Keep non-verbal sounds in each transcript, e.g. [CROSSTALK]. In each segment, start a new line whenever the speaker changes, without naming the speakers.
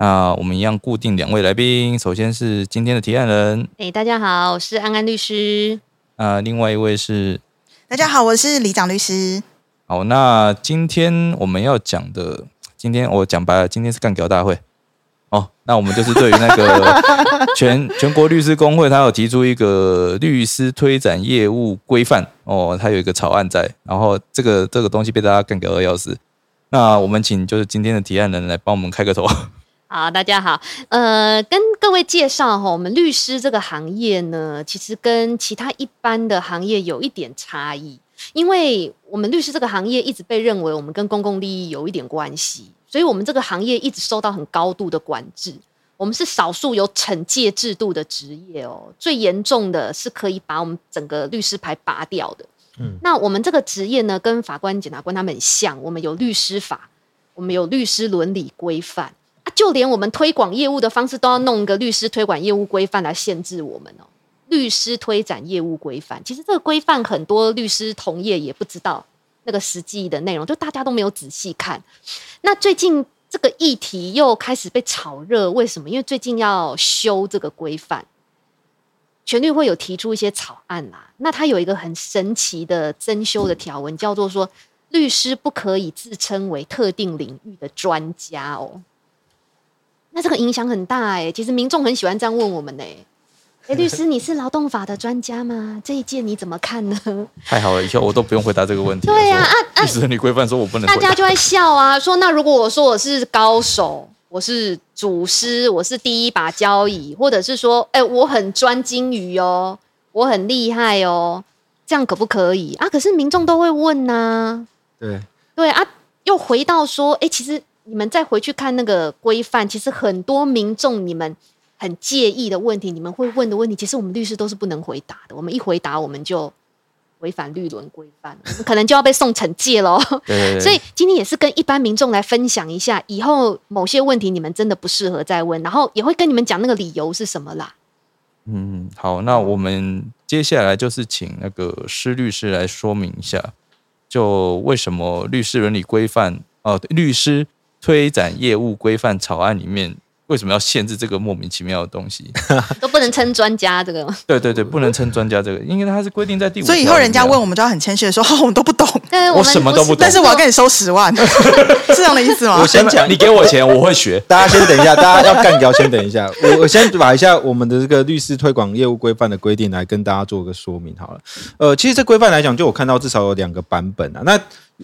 那我们一样固定两位来宾，首先是今天的提案人，
哎、大家好，我是安安律师。
呃，另外一位是
大家好，我是李长律师。
哎好，那今天我们要讲的，今天我讲白了，今天是干屌大会。哦，那我们就是对于那
[LAUGHS]
个全全国律师工会，它有提出一个律师推展业务规范哦，它有一个草案在，然后这个这个东西被大家干屌的要死。那我们请就是今天的提案人来帮我们开个头。
好，大家好，呃，跟各位介绍哈，我们律师这个行业呢，其实跟其他一般的行业有一点差异，因为我们律师这个行业一直被认为我们跟公共利益有一点关系，所以我们这个行业一直受到很高度的管制。我们是少数有惩戒制度的职业哦，最严重的是可以把我们整个律师牌拔掉的。
嗯
嗯，那我们这个职业呢，跟法官、检察官他们很像，我们有律师法，我们有律师伦理规范。啊，就连我们推广业务的方式都要弄一个律师推广业务规范来限制我们哦。律师推展业务规范，其实这个规范很多律师同业也不知道那个实际的内容，就大家都没有仔细看。那最近这个议题又开始被炒热，为什么？因为最近要修这个规范，全律会有提出一些草案啦。那它有一个很神奇的增修的条文，叫做说律师不可以自称为特定领域的专家哦。那这个影响很大哎、其实民众很喜欢这样问我们呢、
[LAUGHS]
欸。哎，律师，你是劳动法的专家吗？这一届你怎么看
[LAUGHS]
呢？
[LAUGHS] 太好了，以后我都不用回答这个问题了。
对呀、啊，
说律师伦理规范说我不能
大
回答
家。就会笑啊，说那如果我说我是高手，我是祖师，我是第一把交椅，或者是说，哎、我很专精于哦，我很厉害哦，这样可不可以啊？可是民众都会问啊呐、
对，
对啊，又回到说，哎、其实你们再回去看那个规范，其实很多民众你们很介意的问题，你们会问的问题，其实我们律师都是不能回答的。我们一回答，我们就违反律伦规范了，我们可能就要被送惩戒 [LAUGHS] 喽。
对对对，
所以今天也是跟一般民众来分享一下，以后某些问题你们真的不适合再问，然后也会跟你们讲那个理由是什么啦。
嗯，好，那我们接下来就是请那个施律师来说明一下，就为什么律师伦理规范呃，律师推展业务规范草案里面为什么要限制这个莫名其妙的东西？ [LAUGHS]
都不能称专家这个吗，
对对对，不能称专家这个，因为它是规定在第五。
所以以后人家
[LAUGHS]
问，我们，就要很谦虚的说：“ [LAUGHS] 哦，我都不懂，
对，
我
我们
什么都不懂
但是我要跟你收十
[LAUGHS]
万，是这样的意思吗
我？”先讲
你给我钱，我会学。
大家先等一下，大家要干掉，先等一下。我我先把一下我们的这个律师推广业务规范的规定来跟大家做个说明好了。呃，其实这规范来讲，就我看到至少有两个版本啊。那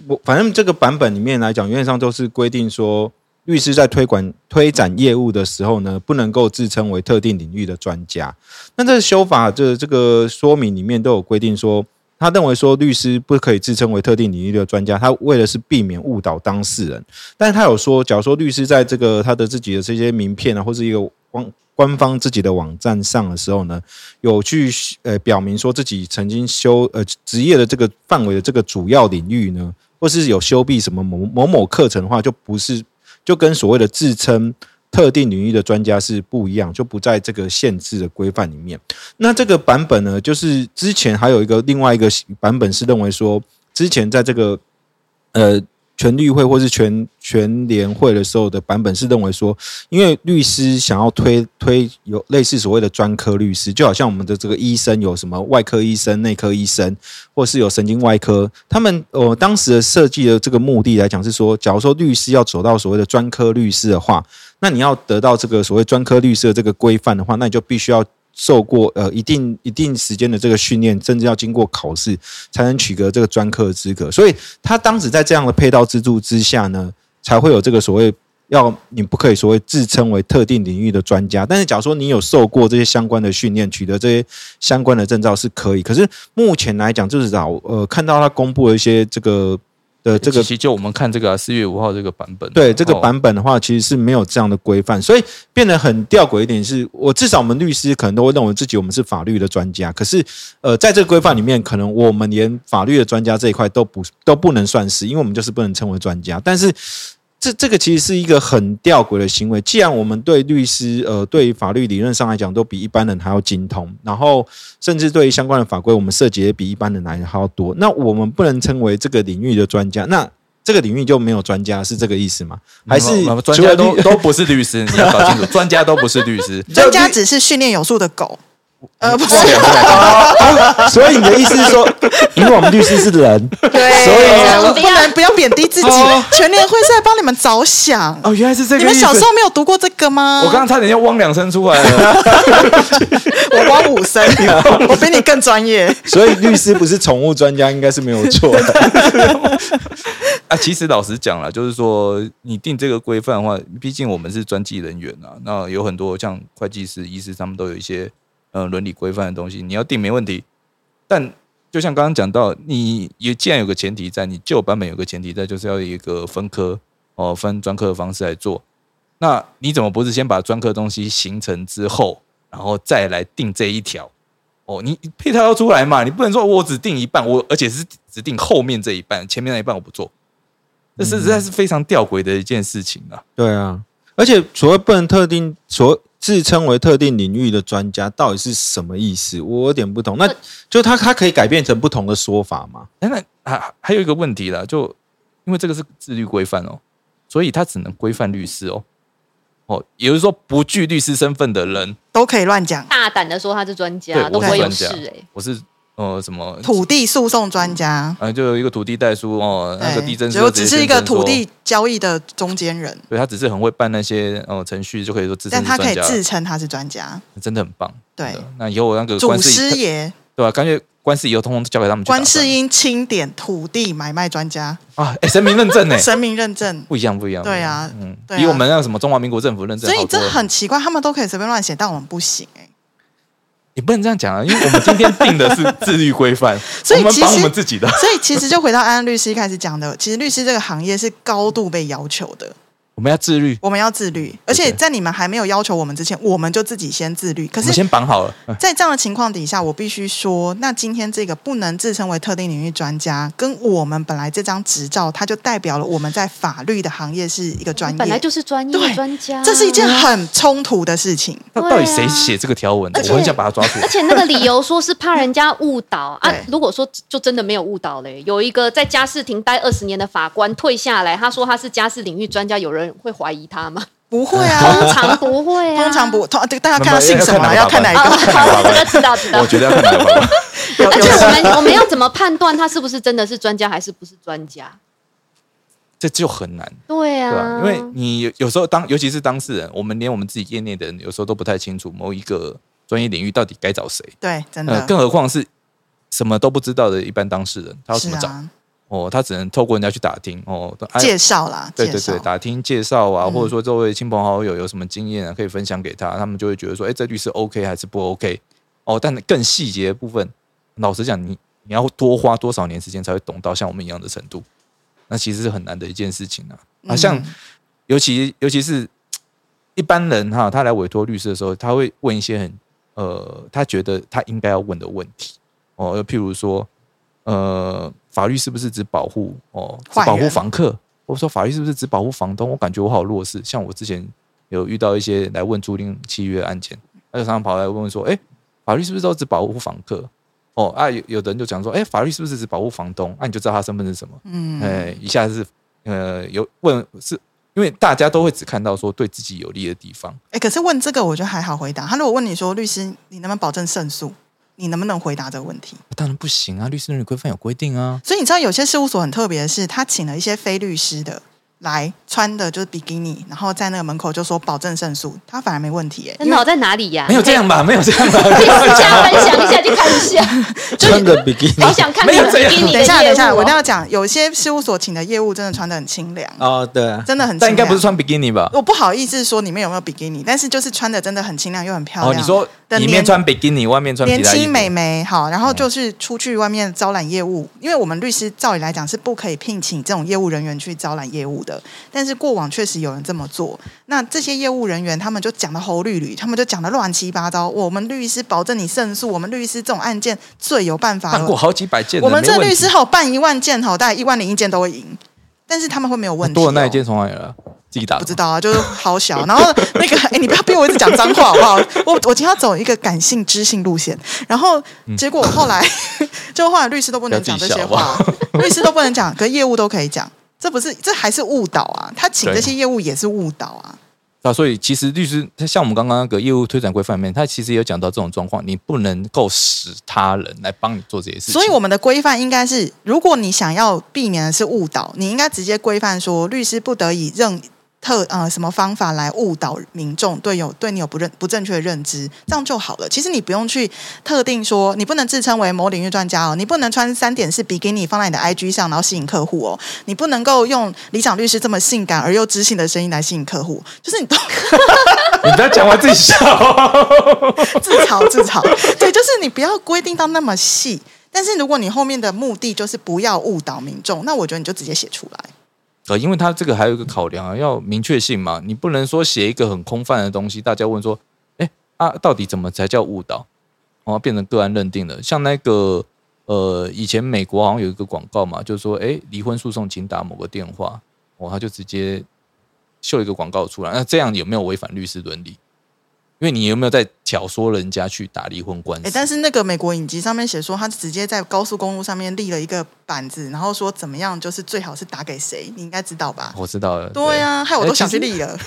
我反正这个版本里面来讲，原则上都是规定说，律师在推广推展业务的时候呢，不能够自称为特定领域的专家。那这个修法这这个说明里面都有规定说。他认为说，律师不可以自称为特定领域的专家，他为的是避免误导当事人。但是他有说，假如说律师在这个他的自己的这些名片啊，或是一个官官方自己的网站上的时候呢，有去呃表明说自己曾经修呃职业的这个范围的这个主要领域呢，或是有修毕什么某某某课程的话，就不是就跟所谓的自称。特定领域的专家是不一样，就不在这个限制的规范里面。那这个版本呢，就是之前还有一个另外一个版本是认为说，之前在这个呃全律会或是全全联会的时候的版本是认为说，因为律师想要推推有类似所谓的专科律师，就好像我们的这个医生有什么外科医生、内科医生，或是有神经外科，他们呃当时的设计的这个目的来讲是说，假如说律师要走到所谓的专科律师的话，那你要得到这个所谓专科律师的这个规范的话，那你就必须要。受过呃一定一定时间的这个训练，甚至要经过考试，才能取得这个专科的资格。所以他当时在这样的配套资助之下呢，才会有这个所谓要你不可以所谓自称为特定领域的专家。但是假如说你有受过这些相关的训练，取得这些相关的证照是可以。可是目前来讲，至少呃看到他公布了一些这个。的 [LAUGHS] 这个
其实就我们看这个啊四、月五号这个版本，啊哦
对这个版本的话，其实是没有这样的规范，所以变得很吊诡一点是。我至少我们律师可能都会认为自己我们是法律的专家，可是呃，在这个规范里面，可能我们连法律的专家这一块都不都不能算是，因为我们就是不能称为专家。但是这这个其实是一个很吊诡的行为。既然我们对律师呃对于法律理论上来讲都比一般人还要精通，然后甚至对于相关的法规我们涉及也比一般人来还要多，那我们不能称为这个领域的专家，那这个领域就没有专家是这个意思吗？还是
嗯专
除
家
了
都
律 [LAUGHS]
都不是律师，你要搞清楚，专家都不是律师。
专家只是训练有素的狗，呃，不是，
所以你的意思是说，因为我们律师是人，
对
所以
呢
我不能不要贬低自己，全联会是在帮你们着想。
哦，原来是这
你们小时候没有读过这个吗？
我刚刚差点要汪两声出来了。
我汪五啊声，我比你更专业。
所以律师不是宠物专家，应该是没有错的。
[LAUGHS] 啊，其实老实讲了，就是说你定这个规范的话，毕竟我们是专技人员啊，那有很多像会计师、医师，他们都有一些呃伦理规范的东西，你要定没问题。但就像刚刚讲到，你也既然有个前提在，你旧版本有个前提在，就是要有一个分科哦，分专科的方式来做。那你怎么不是先把专科东西形成之后，然后再来定这一条？哦，你配套要出来嘛，你不能说我只定一半，我而且是只定后面这一半，前面那一半我不做。这
嗯
是实在是非常吊诡的一件事情啊！
对啊，而且所谓不能特定所自称为特定领域的专家，到底是什么意思？我有点不懂。那就他他可以改变成不同的说法嘛？
哎，那还还有一个问题啦，就因为这个是自律规范哦，所以他只能规范律师哦。哦，也就是说，不具律师身份的人，
都可以
[LAUGHS]
乱讲，
大胆的说他是专
对
家，都
我
不
是
会有
专家
事哎、，
我是呃什么
土地诉讼专家，
啊，就有一个土地代书哦，那个地震
对哎就
社
只是一个
直接
土，
宣称
地交易的中间人，
说对他只是很会办那些呃程序，就可以说自称
但
是
他可
专
以
家，
自称他是专家，
真的很棒。
对
真的，那以后那个
祖
官司
师
以
爷
对吧？感觉官司以后通通交给他们去打
观
算
世音钦点土地买卖专家，
啊，哎，神明认
[LAUGHS]
证呢，
神明认证。
不一样，不一样。
对啊
不一样
对
嗯，
啊
比我们那个什么中华民国政府认证
所
好多
以
了，
这很奇怪，他们都可以随便乱写，但我们不行哎、
也不能这样讲啊，因为我们今天定的是自律规范，
所以
我们
其实
把我们自己的，
[LAUGHS] 所以其实就回到安安律师一开始讲的，其实律师这个行业是高度被要求的，
我们要自律，
我们要自
嗯
律，而且在你们还没有要求我们之前，我们就自己先自律。可
我
是
们，先绑好了。嗯
在这样的情况底下，我必须说，那今天这个不能自称为特定领域专家，跟我们本来这张执照，它就代表了我们在法律的行业是一个专业，
本来就是专业
对
专家，
这是一件很冲突的事情。
那
对啊
到底谁写这个条文的？
而且
我很想把它抓住
而。且那个理由说是怕人家误导啊
[LAUGHS] 对。
如果说就真的没有误导嘞，有一个在家事庭待二十年的法官退下来，他说他是家事领域专家，有人会怀疑他
[LAUGHS]
吗？
不会啊，
[LAUGHS] 通常不会啊，
通常不通，这个大家
没有
看他姓什么，要
要
看
看
哪
哪
一
个
啊。
个。
好，这个知道知道。
[LAUGHS] 我觉得要看哪个版本
有
而
有
且我们我们要怎么判断他是不是真的是专家，还是不是专家？
这就很难，
对
对
啊
吧？，因为你有有时候当，尤其是当事人，我们连我们自己业内的人，有时候都不太清楚某一个专业领域到底该找谁，
对，真
呃，
的啊
更何况是什么都不知道的一般当事人，他要
是
怎么找？
啊，
哦，他只能透过人家去打听哦，哎
介绍啦，
对
介
对
绍
对，打听介绍啊，
嗯
或者说周围亲朋好友有什么经验啊，可以分享给他，他们就会觉得说，哎，这律师 OK 还是不 OK？哦，但更细节的部分，老实讲，你你要多花多少年时间才会懂到像我们一样的程度，那其实是很难的一件事情啊。啊，像
嗯
尤其尤其是一般人哈，他来委托律师的时候，他会问一些很呃，他觉得他应该要问的问题哦，譬如说呃，法律是不是只保护哦，只
坏
保护
人
房客？我说法律是不是只保护房东？我感觉我好弱势。像我之前有遇到一些来问租赁契约案件，他就常常跑来问我说，哎、法律是不是都只保护房客？哦啊，有有的人就讲说，哎、法律是不是只保护房东？啊，你就知道他身份是什么。
嗯，
哎，一下是呃有问是因为大家都会只看到说对自己有利的地方，
哎，可是问这个我觉得还好回答。他如果问你说，律师，你能不能保证胜诉？你能不能回答这个问题？
哦当然不行啊，律师伦理规范有规定啊。
所以你知道有些事务所很特别的是，他请了一些非律师的来穿的就是比基尼，然后在那个门口就说保证胜诉，他反而没问题耶、
那脑在哪里呀、
没有这样
哎
吧？没有这样
[LAUGHS]
吧？
可以私下分享一下，去看
[LAUGHS]
一下。[LAUGHS]
穿着比基尼
好想看
没
你
有
的
这样
比基尼的
等一下，
业
等一下，
务哦
我一定要讲，有些事务所请的业务真的穿的很清凉，
[LAUGHS] 哦，对啊，
真的很清凉。
但应该不是穿比基尼吧？
我不好意思说里面有没有比基尼，但是就是穿的真的很清凉又很漂亮。
哦，你说
的
里
年
面穿比基尼，外面穿皮
年
带衣
轻
服
美眉好，然后就是出去外面招揽业务，因为我们律师照理来讲是不可以聘请这种业务人员去招揽业务的，但是过往确实有人这么做。那这些业务人员他们就讲的猴绿绿，他们就讲的乱七八糟。我们律师保证你胜诉，我们律师这种案件最有办法
办 [LAUGHS] 过
了。
好几百件了，
我们这
没问
律
题
师好办一万件好，大概一万零一件都会赢，但是他们会没有问题、
多的那一
哦
件从哪里来啊？自己打
不知
的。
道啊，就是好小。然后那个，哎、你不要逼我一直讲脏话好不好？我我今天要走一个感性知性路线。然后结果后来， [LAUGHS] 就后来律师都不能讲这
嗯
些
不要
话， [LAUGHS] 律师都不能讲，可业务都可以讲。这不是，这还是误导啊！他请
对
这些业务也是误导啊。
那所以其实律师，他像我们刚刚那个业务推展规范里面，他其实也有讲到这种状况，你不能够使他人来帮你做这些事情。
所以我们的规范应该是，如果你想要避免的是误导，你应该直接规范说，律师不得以任特呃什么方法来误导民众对有对你有不认不正确的认知，这样就好了。其实你不用去特定说，你不能自称为某领域专家哦，你不能穿三点式比基尼放在你的 IG 上，然后吸引客户哦，你不能够用李长律师这么性感而又知性的声音来吸引客户，就是你都。
你不要讲完自己笑。 [LAUGHS]
自嘲自嘲， [LAUGHS] 对，就是你不要规定到那么细。但是如果你后面的目的就是不要误导民众，那我觉得你就直接写出来。
呃，因为他这个还有一个考量啊，要明确性嘛，你不能说写一个很空泛的东西，大家问说，哎啊，到底怎么才叫误导？哦，变成个案认定了。像那个呃，以前美国好像有一个广告嘛，就是说，哎，离婚诉讼请打某个电话，哦，他就直接秀一个广告出来，那这样有没有违反律师伦理？因为你有没有在挑唆人家去打离婚官
哎，
司？
但是那个美国影集上面写说，他直接在高速公路上面立了一个板子，然后说怎么样，就是最好是打给谁，你应该知道吧？
我知道了，
对啊呀、害我
哎
都
哦其
想去
实
立了。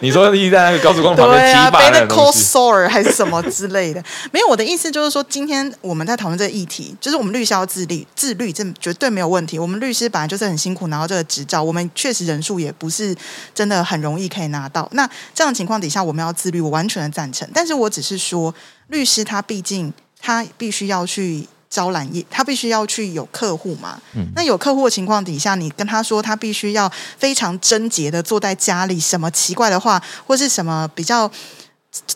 你说立在那个高速公路旁边
对啊
踢
背
把
的
的
c o
东
l
西，
sore 还是什么之类的。没有，我的意思就是说，今天我们在讨论这个议题，就是我们律师要自律，自律这绝对没有问题。我们律师本来就是很辛苦拿到这个执照，我们确实人数也不是真的很容易可以拿到。那这样的情况底下，我们要自律，我完全的赞成。但是我只是说，律师他毕竟他必须要去。招揽业，他必须要去有客户嘛。那有客户的情况底下，你跟他说他必须要非常贞洁的坐在家里，什么奇怪的话或是什么比较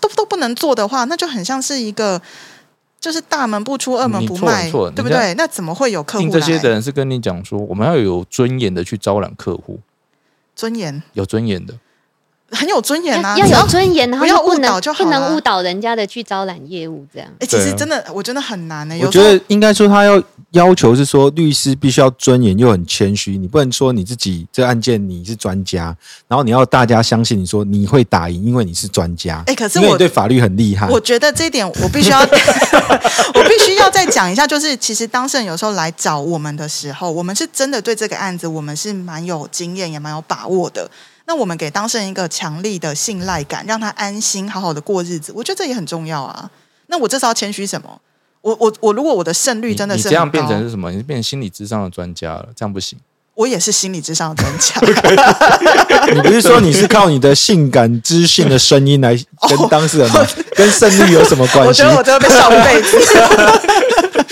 都都不能做的话，那就很像是一个就是大门不出二门
你
不
错
迈，
你错
对不
人家
对？那怎么会有客户
听
来？
这些的人是跟你讲说，我们要有尊严的去招揽客户，
尊严
有尊严的。
很有尊严啊，
要
只
要有尊严，然后
不要
又不
误导
能
就好
不能
了
误导人家的去招揽业务这样。
哎、其
对
实
啊
真的，我真的很难呢、有
我
时
觉
候
得应该说他要要求是说，律师必须要尊严又很谦虚，你不能说你自己这案件你是专家，然后你要大家相信你说你会打赢，因为你是专家。
哎可是
因为
我
你对法律很厉
啊
害。
我觉得这一点我必
[LAUGHS]
须要， [LAUGHS] 我必须要再讲一下，就是其实当事人有时候来找我们的时候，我们是真的对这个案子我们是蛮有经验，也蛮有把握的。那我们给当事人一个强力的信赖感，让他安心好好的过日子，我觉得这也很重要啊。那我这是要谦虚什么？我我我，如果我的胜率
你
真的
你
是
这样
很
变
高
成是什么？你变成心理智商的专家了，这样不行。
我也是心理智商的专
[LAUGHS]
[LAUGHS] 家。
[LAUGHS] 你不是说你是靠你的性感知性的声
[LAUGHS]
音来跟当事人吗？跟胜率有什么关
哦我
系
觉？得我真的被笑一辈子。
[LAUGHS]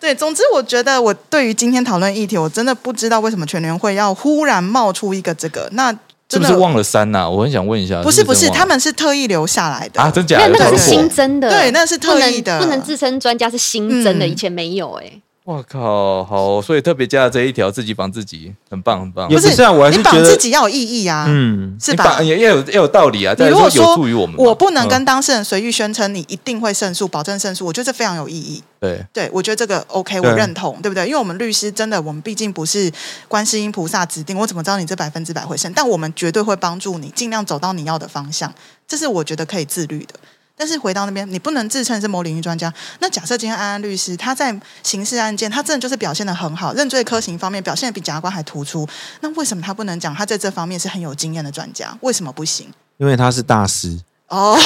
对，总之我觉得我对于今天讨论议题，我真的不知道为什么全联会要忽然冒出一个这个，那
是
真
不
的
是忘了删呐、我很想问一下。
不
是
是不
真
是，
忘了
他们是特意留下来的
啊，真假
没
的？
有，那
对
超
个是
哦
过
新增的，
对那是特
不能
意的
不能自称专家是新增的，
嗯
以前没有哎。
我靠，好，所以特别加了这一条，自己绑自己，很棒，很棒
也。不是啊，我还
你
是
绑
觉
自
得，
己要有意义啊，
嗯，
是
你
吧
绑？也也有也有道理啊，
你
但是
如果
有助于我们嘛。
我不能
嗯
跟当事人随意宣称你一定会胜诉，保证胜诉，我觉得这非常有意义。
对，
对，我觉得这个 OK，
对
我认同，对不对？因为我们律师真的，我们毕竟不是观世音菩萨指定，我怎么知道你这百分之百会胜？但我们绝对会帮助你，尽量走到你要的方向，这是我觉得可以自律的。但是回到那边，你不能自称是某领域专家。那假设今天安安律师他在刑事案件，他真的就是表现的很好，认罪科刑方面表现的比检察官还突出，那为什么他不能讲他在这方面是很有经验的专家？为什么不行？
因为他是大师。
哦，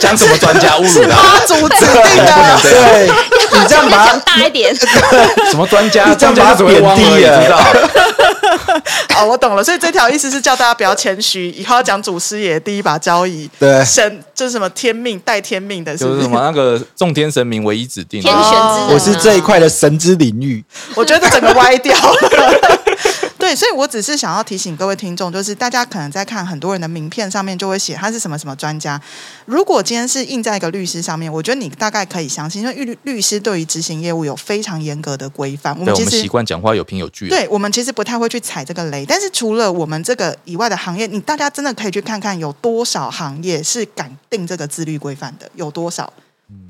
讲什么专家侮辱
[LAUGHS] 是
的啊？
妈祖指定的，
对， [LAUGHS] 你
[LAUGHS]
这样
要
把
讲大一
[LAUGHS]
点，
什么专家？
你这样把
专家
它
只会
贬低
汪而已
耶
知道？
[LAUGHS] 哦，我懂了。所以这条意思是叫大家不要谦虚，以后要讲祖师爷第一把交椅，
对
神就是什么天命带天命的，是
就
不
是
是
什？么那个众天神明唯一指定的
天选
哦
之人、啊，
我是这一块的神之领域。
我觉得整个歪掉了。 [LAUGHS] 对，所以我只是想要提醒各位听众，就是大家可能在看很多人的名片上面就会写他是什么什么专家。如果今天是印在一个律师上面，我觉得你大概可以相信，因为律律师对于执行业务有非常严格的规范。我
对
们
我
其
们
实
习惯讲话有凭有据。，啊
对我们其实不太会去踩这个雷，但是除了我们这个以外的行业，你大家真的可以去看看有多少行业是敢定这个自律规范的，有多少？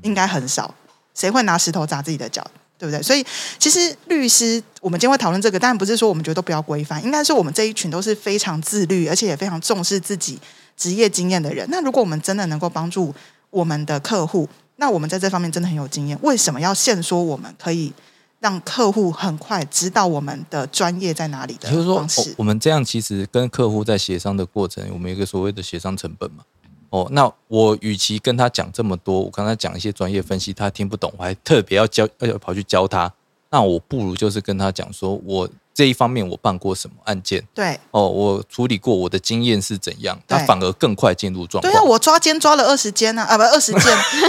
应该很少，谁会拿石头砸自己的脚？对不对？所以其实律师，我们今天会讨论这个，当然不是说我们觉得都不要规范，应该是我们这一群都是非常自律，而且也非常重视自己职业经验的人。那如果我们真的能够帮助我们的客户，那我们在这方面真的很有经验。为什么要限说我们可以让客户很快知道我们的专业在哪里的
也就是说，
方
哦
式？
我们这样其实跟客户在协商的过程，我们有一个所谓的协商成本嘛。哦，那我与其跟他讲这么多，我跟他讲一些专业分析，他听不懂，我还特别要教，要跑去教他。那我不如就是跟他讲说，我这一方面我办过什么案件，
对
哦，我处理过，我的经验是怎样，他
对
反而更快进入状
对
况。
啊，我抓奸抓了二十间啊，啊不二十
[LAUGHS]
件。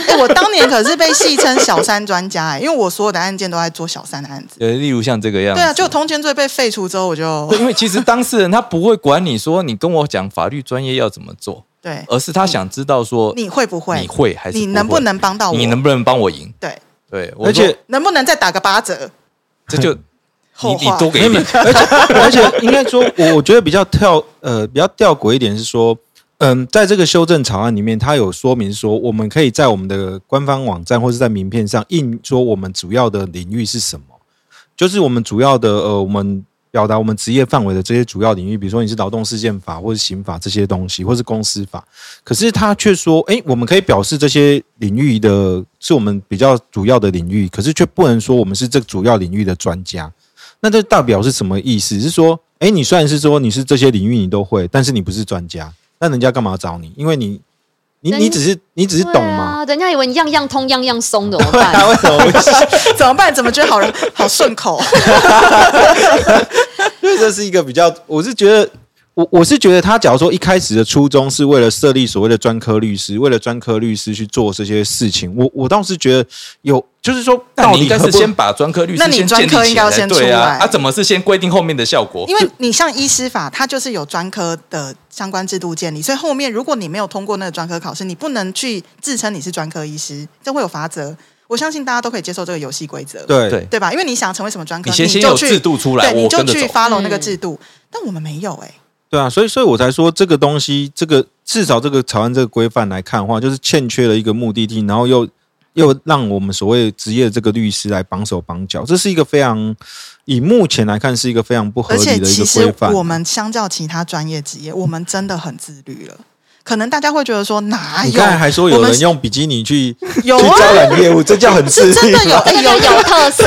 哎，我当年可是被戏称小三专家、哎，因为我所有的案件都在做小三的案子。
呃，例如像这个样子，
对啊，就通奸罪被废除之后，我就
对因为其实当事人他不会管你说你跟我讲法律专业要怎么做，
对
而是他想知道说
你会不会？
你会还是
你能不
会
能帮到我？
你能不能帮我赢？
对，
对，我
而且
说
能不能再打个八折？ [LAUGHS]
这就你
后
你
话
多给一 [LAUGHS] 点，
而且而且应该说，我我觉得比较跳呃比较吊诡一点是说，嗯，在这个修正草案里面，它有说明说，我们可以在我们的官方网站或是在名片上印说我们主要的领域是什么，就是我们主要的呃我们。表达我们职业范围的这些主要领域，比如说你是劳动事件法或是刑法这些东西，或是公司法，可是他却说，诶，我们可以表示这些领域的是我们比较主要的领域，可是却不能说我们是这主要领域的专家。那这代表是什么意思？是说，哎，你虽然是说你是这些领域你都会，但是你不是专家，那人家干嘛找你？因为你，你
人
你只是你只是懂嘛？
对啊？人家以为你样样通样样松，
[LAUGHS]
怎么办？
为什么会？
怎么办？怎么觉得好人好顺口？
[LAUGHS]
啊
因为这是一个比较，我是觉得，我我是觉得他假如说一开始的初衷是为了设立所谓的专科律师，为了专科律师去做这些事情，我我倒是觉得有，就是说
那
到
你
底
应该
合
是
不
先把专科律师
那你
先
专
建立
科
起
应该要
来
先出
对啊
来，
啊，怎么是先规定后面的效
哦
果？
因为你像医师法，它就是有专科的相关制度建立，所以后面如果你没有通过那个专科考试，你不能去自称你是专科医师，这会有罚则。我相信大家都可以接受这个游戏规则，
对
对
对吧？因为你想成为什么专科，
你先先
就
有
去
制度出来，
对，
我
你就
跟着
去
走。
follow 那个制度。但我们没有哎、
对啊，所以所以我才说这个东西，这个至少这个草案这个规范来看的话，就是欠缺了一个目的地，然后又又让我们所谓职业的这个律师来绑手绑脚，这是一个非常以目前来看是一个非常不合
而
理的
且
一
其
个
实
规范。
我们相较其他专业职业，我们真的很自律了。可能大家会觉得说哪
你
有
刚才还说有
我们
人用比基尼去
有
去
啊，
招揽业务，这叫很自
是真
律
的有
吗？
哎、
这
有
个有特
[LAUGHS]
色，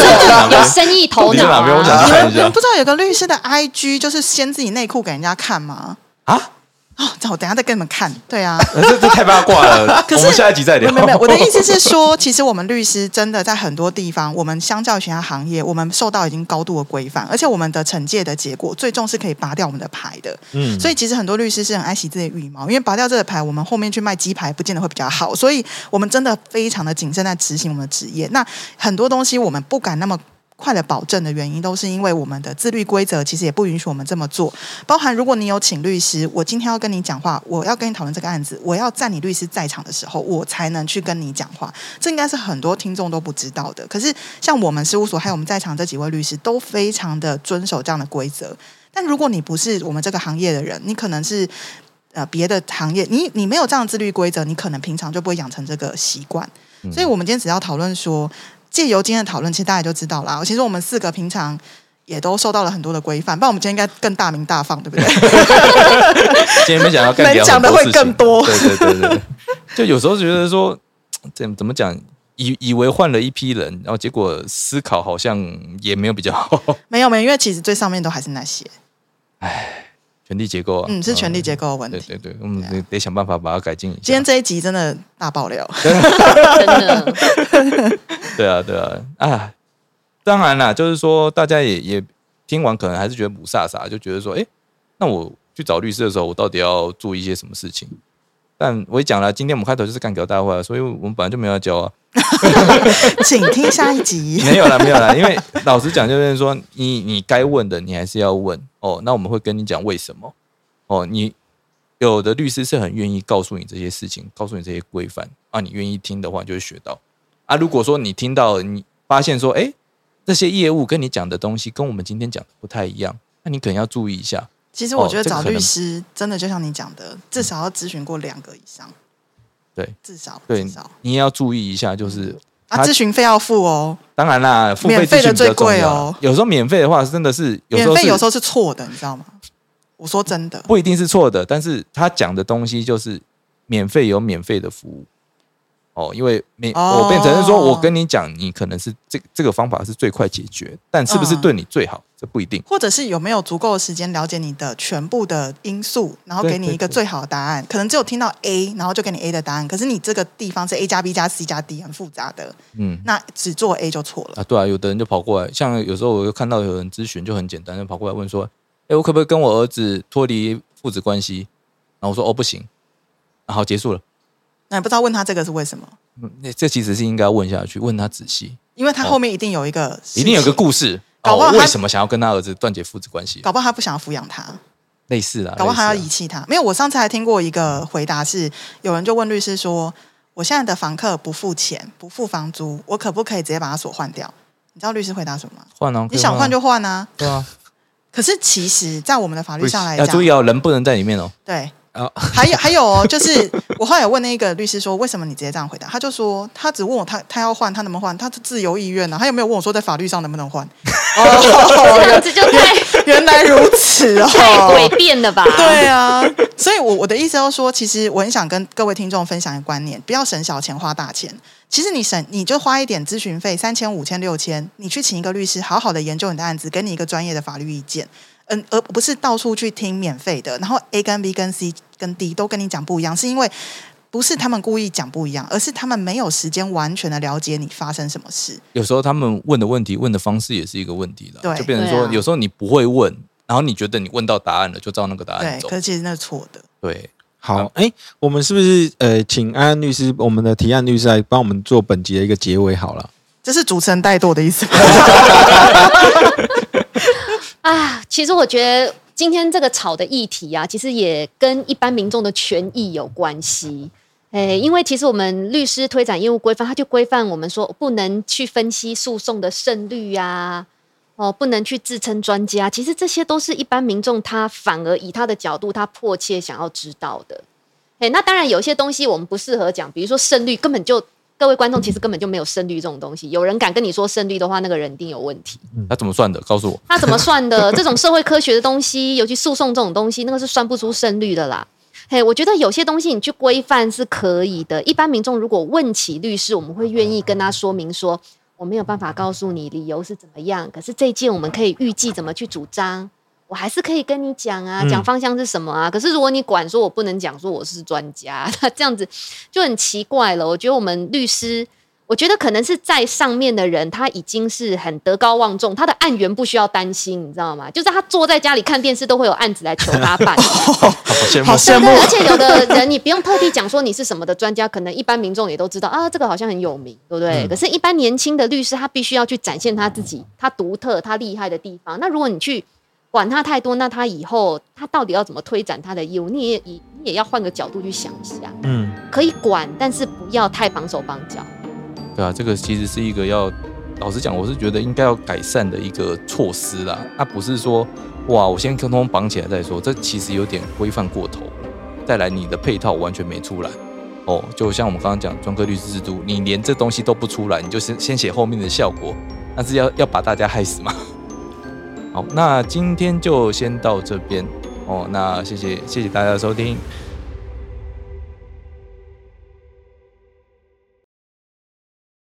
有生意头
你在
脑、
哪边？我想
啊。
你
看
们
一
你们
下
不知道有个律师的 [LAUGHS] IG 就是先自己内裤给人家看吗？
啊， [LAUGHS]
哦，这我等一下再给你们看。对啊，
这这太八卦了。
[LAUGHS] 可
我
是
们下一集再
没
聊。
有没有没有，我的意思是说，其实我们律师真的在很多地方，我们相较于其他行业，我们受到已经高度的规范，而且我们的惩戒的结果最终是可以拔掉我们的牌的。
嗯，
所以其实很多律师是很爱惜自己的羽毛，因为拔掉这个牌，我们后面去卖鸡排不见得会比较好，所以我们真的非常的谨慎在执行我们的职业。那很多东西我们不敢那么。快的保证的原因，都是因为我们的自律规则其实也不允许我们这么做。包含如果你有请律师，我今天要跟你讲话，我要跟你讨论这个案子，我要在你律师在场的时候，我才能去跟你讲话。这应该是很多听众都不知道的。可是像我们事务所还有我们在场这几位律师，都非常的遵守这样的规则。但如果你不是我们这个行业的人，你可能是呃别的行业，你你没有这样的自律规则，你可能平常就不会养成这个习惯。所以，我们今天只要讨论说，借由今天的讨论，其实大家也就知道啦。其实我们四个平常也都受到了很多的规范，不然我们今天应该更大名大放，对不
[LAUGHS]
对？
[LAUGHS] 今天没想到干掉
能讲的会更多
很事情对对对对，就有时候觉得说，怎怎么讲，以以为换了一批人，然后结果思考好像也没有比较好。 [LAUGHS]
没有没有，因为其实最上面都还是那些。
权力结构啊，
嗯，是权力
构。
结构的问
对
题。啊
对对，我们得得想办法把它改进一下。
今天这一集真的大爆料，
真
[LAUGHS]
的，
对啊，对啊，啊，当然啦，就是说大家也也听完，可能还是觉得母萨萨，就觉得说，诶，那我去找律师的时候，我到底要注意一些什么事情？但我也讲了，今天我们开头就是干屌大会啊，所以我们本来就没有要教啊，
请听下一集。
[LAUGHS] 没有啦，没有啦，因为老实讲，就是说你你该问的，你还是要问哦。那我们会跟你讲为什么哦。你有的律师是很愿意告诉你这些事情，告诉你这些规范啊。你愿意听的话，你就会学到啊。如果说你听到，你发现说，哎，这些业务跟你讲的东西跟我们今天讲的不太一样，那你可能要注意一下。
其实我觉得
哦这个
找
可能
律师真的就像你讲的，至少要咨询过两个以上，
对，
至少
对
至少
你也要注意一下，就是
啊，
他
咨询费要付哦，
当然啦，付费
免费
咨
的
询比较
最
重
贵
要。啊
哦
有时候免费的话，真的是有时
免
候
费
是
有时候是错的，你知道吗？我说真的，
不一定是错的，但是他讲的东西就是免费有免费的服务。哦，因为免、
哦
我变成是说，我跟你讲，你可能是这这个方法是最快解决，但是不是
嗯
对你最好，这不一定。
或者是有没有足够的时间了解你的全部的因素，然后
对
给你一
对
个
对
最好的答案。可能只有听到 A，然后就给你 A 的答案，可是你这个地方是 A 加 B 加 C 加 D 很复杂的，
嗯，
那只做 A 就错了。
啊，对啊，有的人就跑过来，像有时候我就看到有人咨询就很简单，就跑过来问说，哎，我可不可以跟我儿子脱离父子关系？然后我说，哦，不行。啊、好，结束了。
那也不知道问他这个是为什么，
嗯那这其实是应该问下去，问他仔细，
因为他后面一定有一个，
一定有个，故事。哦，
搞不好
我
他
为什么想要跟他儿子断绝父子关系？
搞不好他不想要抚养他，
类似啊，
搞不好他要
类似啊
遗弃他。没有，我上次还听过一个回答是，有人就问律师说：“我现在的房客不付钱，不付房租，我可不可以直接把他锁换掉？”你知道律师回答什么吗？
换啊，
你想换
就
就换啊！
对啊。
可是其实，在我们的法律上来
要
讲，
注意哦，人不能在里面哦。
对。
啊
[LAUGHS] 还有还有哦，就是我后来有问那个律师说，为什么你直接这样回答？他就说，他只问我他他要换，他能不能换，他是自由意愿呢、啊？他有没有问我说在法律上能不能换？
这
哦， [LAUGHS]
样子就太
原来如此
太
哦。
诡辩了吧？
[LAUGHS] 对啊，所以我我的意思要说，其实我很想跟各位听众分享一个观念，不要省小钱花大钱。其实你省，你就花一点咨询费，三千、五千、六千，你去请一个律师，好好的研究你的案子，给你一个专业的法律意见。嗯，而不是到处去听免费的，然后 A 跟 B 跟 C 跟 D 都跟你讲不一样，是因为不是他们故意讲不一样，而是他们没有时间完全的了解你发生什么事。
有时候他们问的问题、问的方式也是一个问题的，
对
就变成
对
说
啊，
有时候你不会问，然后你觉得你问到答案了，就照那个答案
对，
走
可。是其实那是错的。
对，
好，哎、我们是不是呃，请安安律师，我们的提案律师来帮我们做本集的一个结尾好了。
这是主持人怠惰的意思吗？
啊，其实我觉得今天这个吵的议题啊，其实也跟一般民众的权益有关系。诶，因为其实我们律师推展业务规范，它就规范我们说不能去分析诉讼的胜率啊，哦，不能去自称专家。其实这些都是一般民众他反而以他的角度，他迫切想要知道的。诶，那当然有一些东西我们不适合讲，比如说胜率根本就各位观众其实根本就没有胜率这种东西。有人敢跟你说胜率的话，那个人一定有问题。
他怎么算的？告诉我。
他怎么算的？这种社会科学的东西，尤其诉讼这种东西，那个是算不出胜率的啦。嘿，我觉得有些东西你去规范是可以的。一般民众如果问起律师，我们会愿意跟他说明说，我没有办法告诉你理由是怎么样，可是这一件我们可以预计怎么去主张，我还是可以跟你讲啊，讲方向是什么啊。可是如果你管说我不能讲说我是专家， [LAUGHS] 那这样子就很奇怪了。我觉得我们律师。我觉得可能是在上面的人，他已经是很德高望重，他的案源不需要担心，你知道吗？就是他坐在家里看电视，都会有案子来求他办。
[LAUGHS] 好羡
好
慕。
羡
对
慕
对，而且有的人你不用特地讲说你是什么的专家，可能一般民众也都知道啊，这个好像很有名，对
嗯
不对？可是，一般年轻的律师他必须要去展现他自己，他独特、他厉害的地方。那如果你去管他太多，那他以后他到底要怎么推展他的业务？你也你你也要换个角度去想一下，
嗯，
可以管，但是不要太绑手绑脚。
对啊，这个其实是一个要，老实讲，我是觉得应该要改善的一个措施啦。那不是说，哇，我先通通绑起来再说，这其实有点规范过头。再来，你的配套完全没出来。哦，就像我们刚刚讲专科律师制度，你连这东西都不出来，你就先先写后面的效果，那是要要把大家害死 [LAUGHS] 吗？好，那今天就先到这边哦。那谢谢谢谢大家的收听，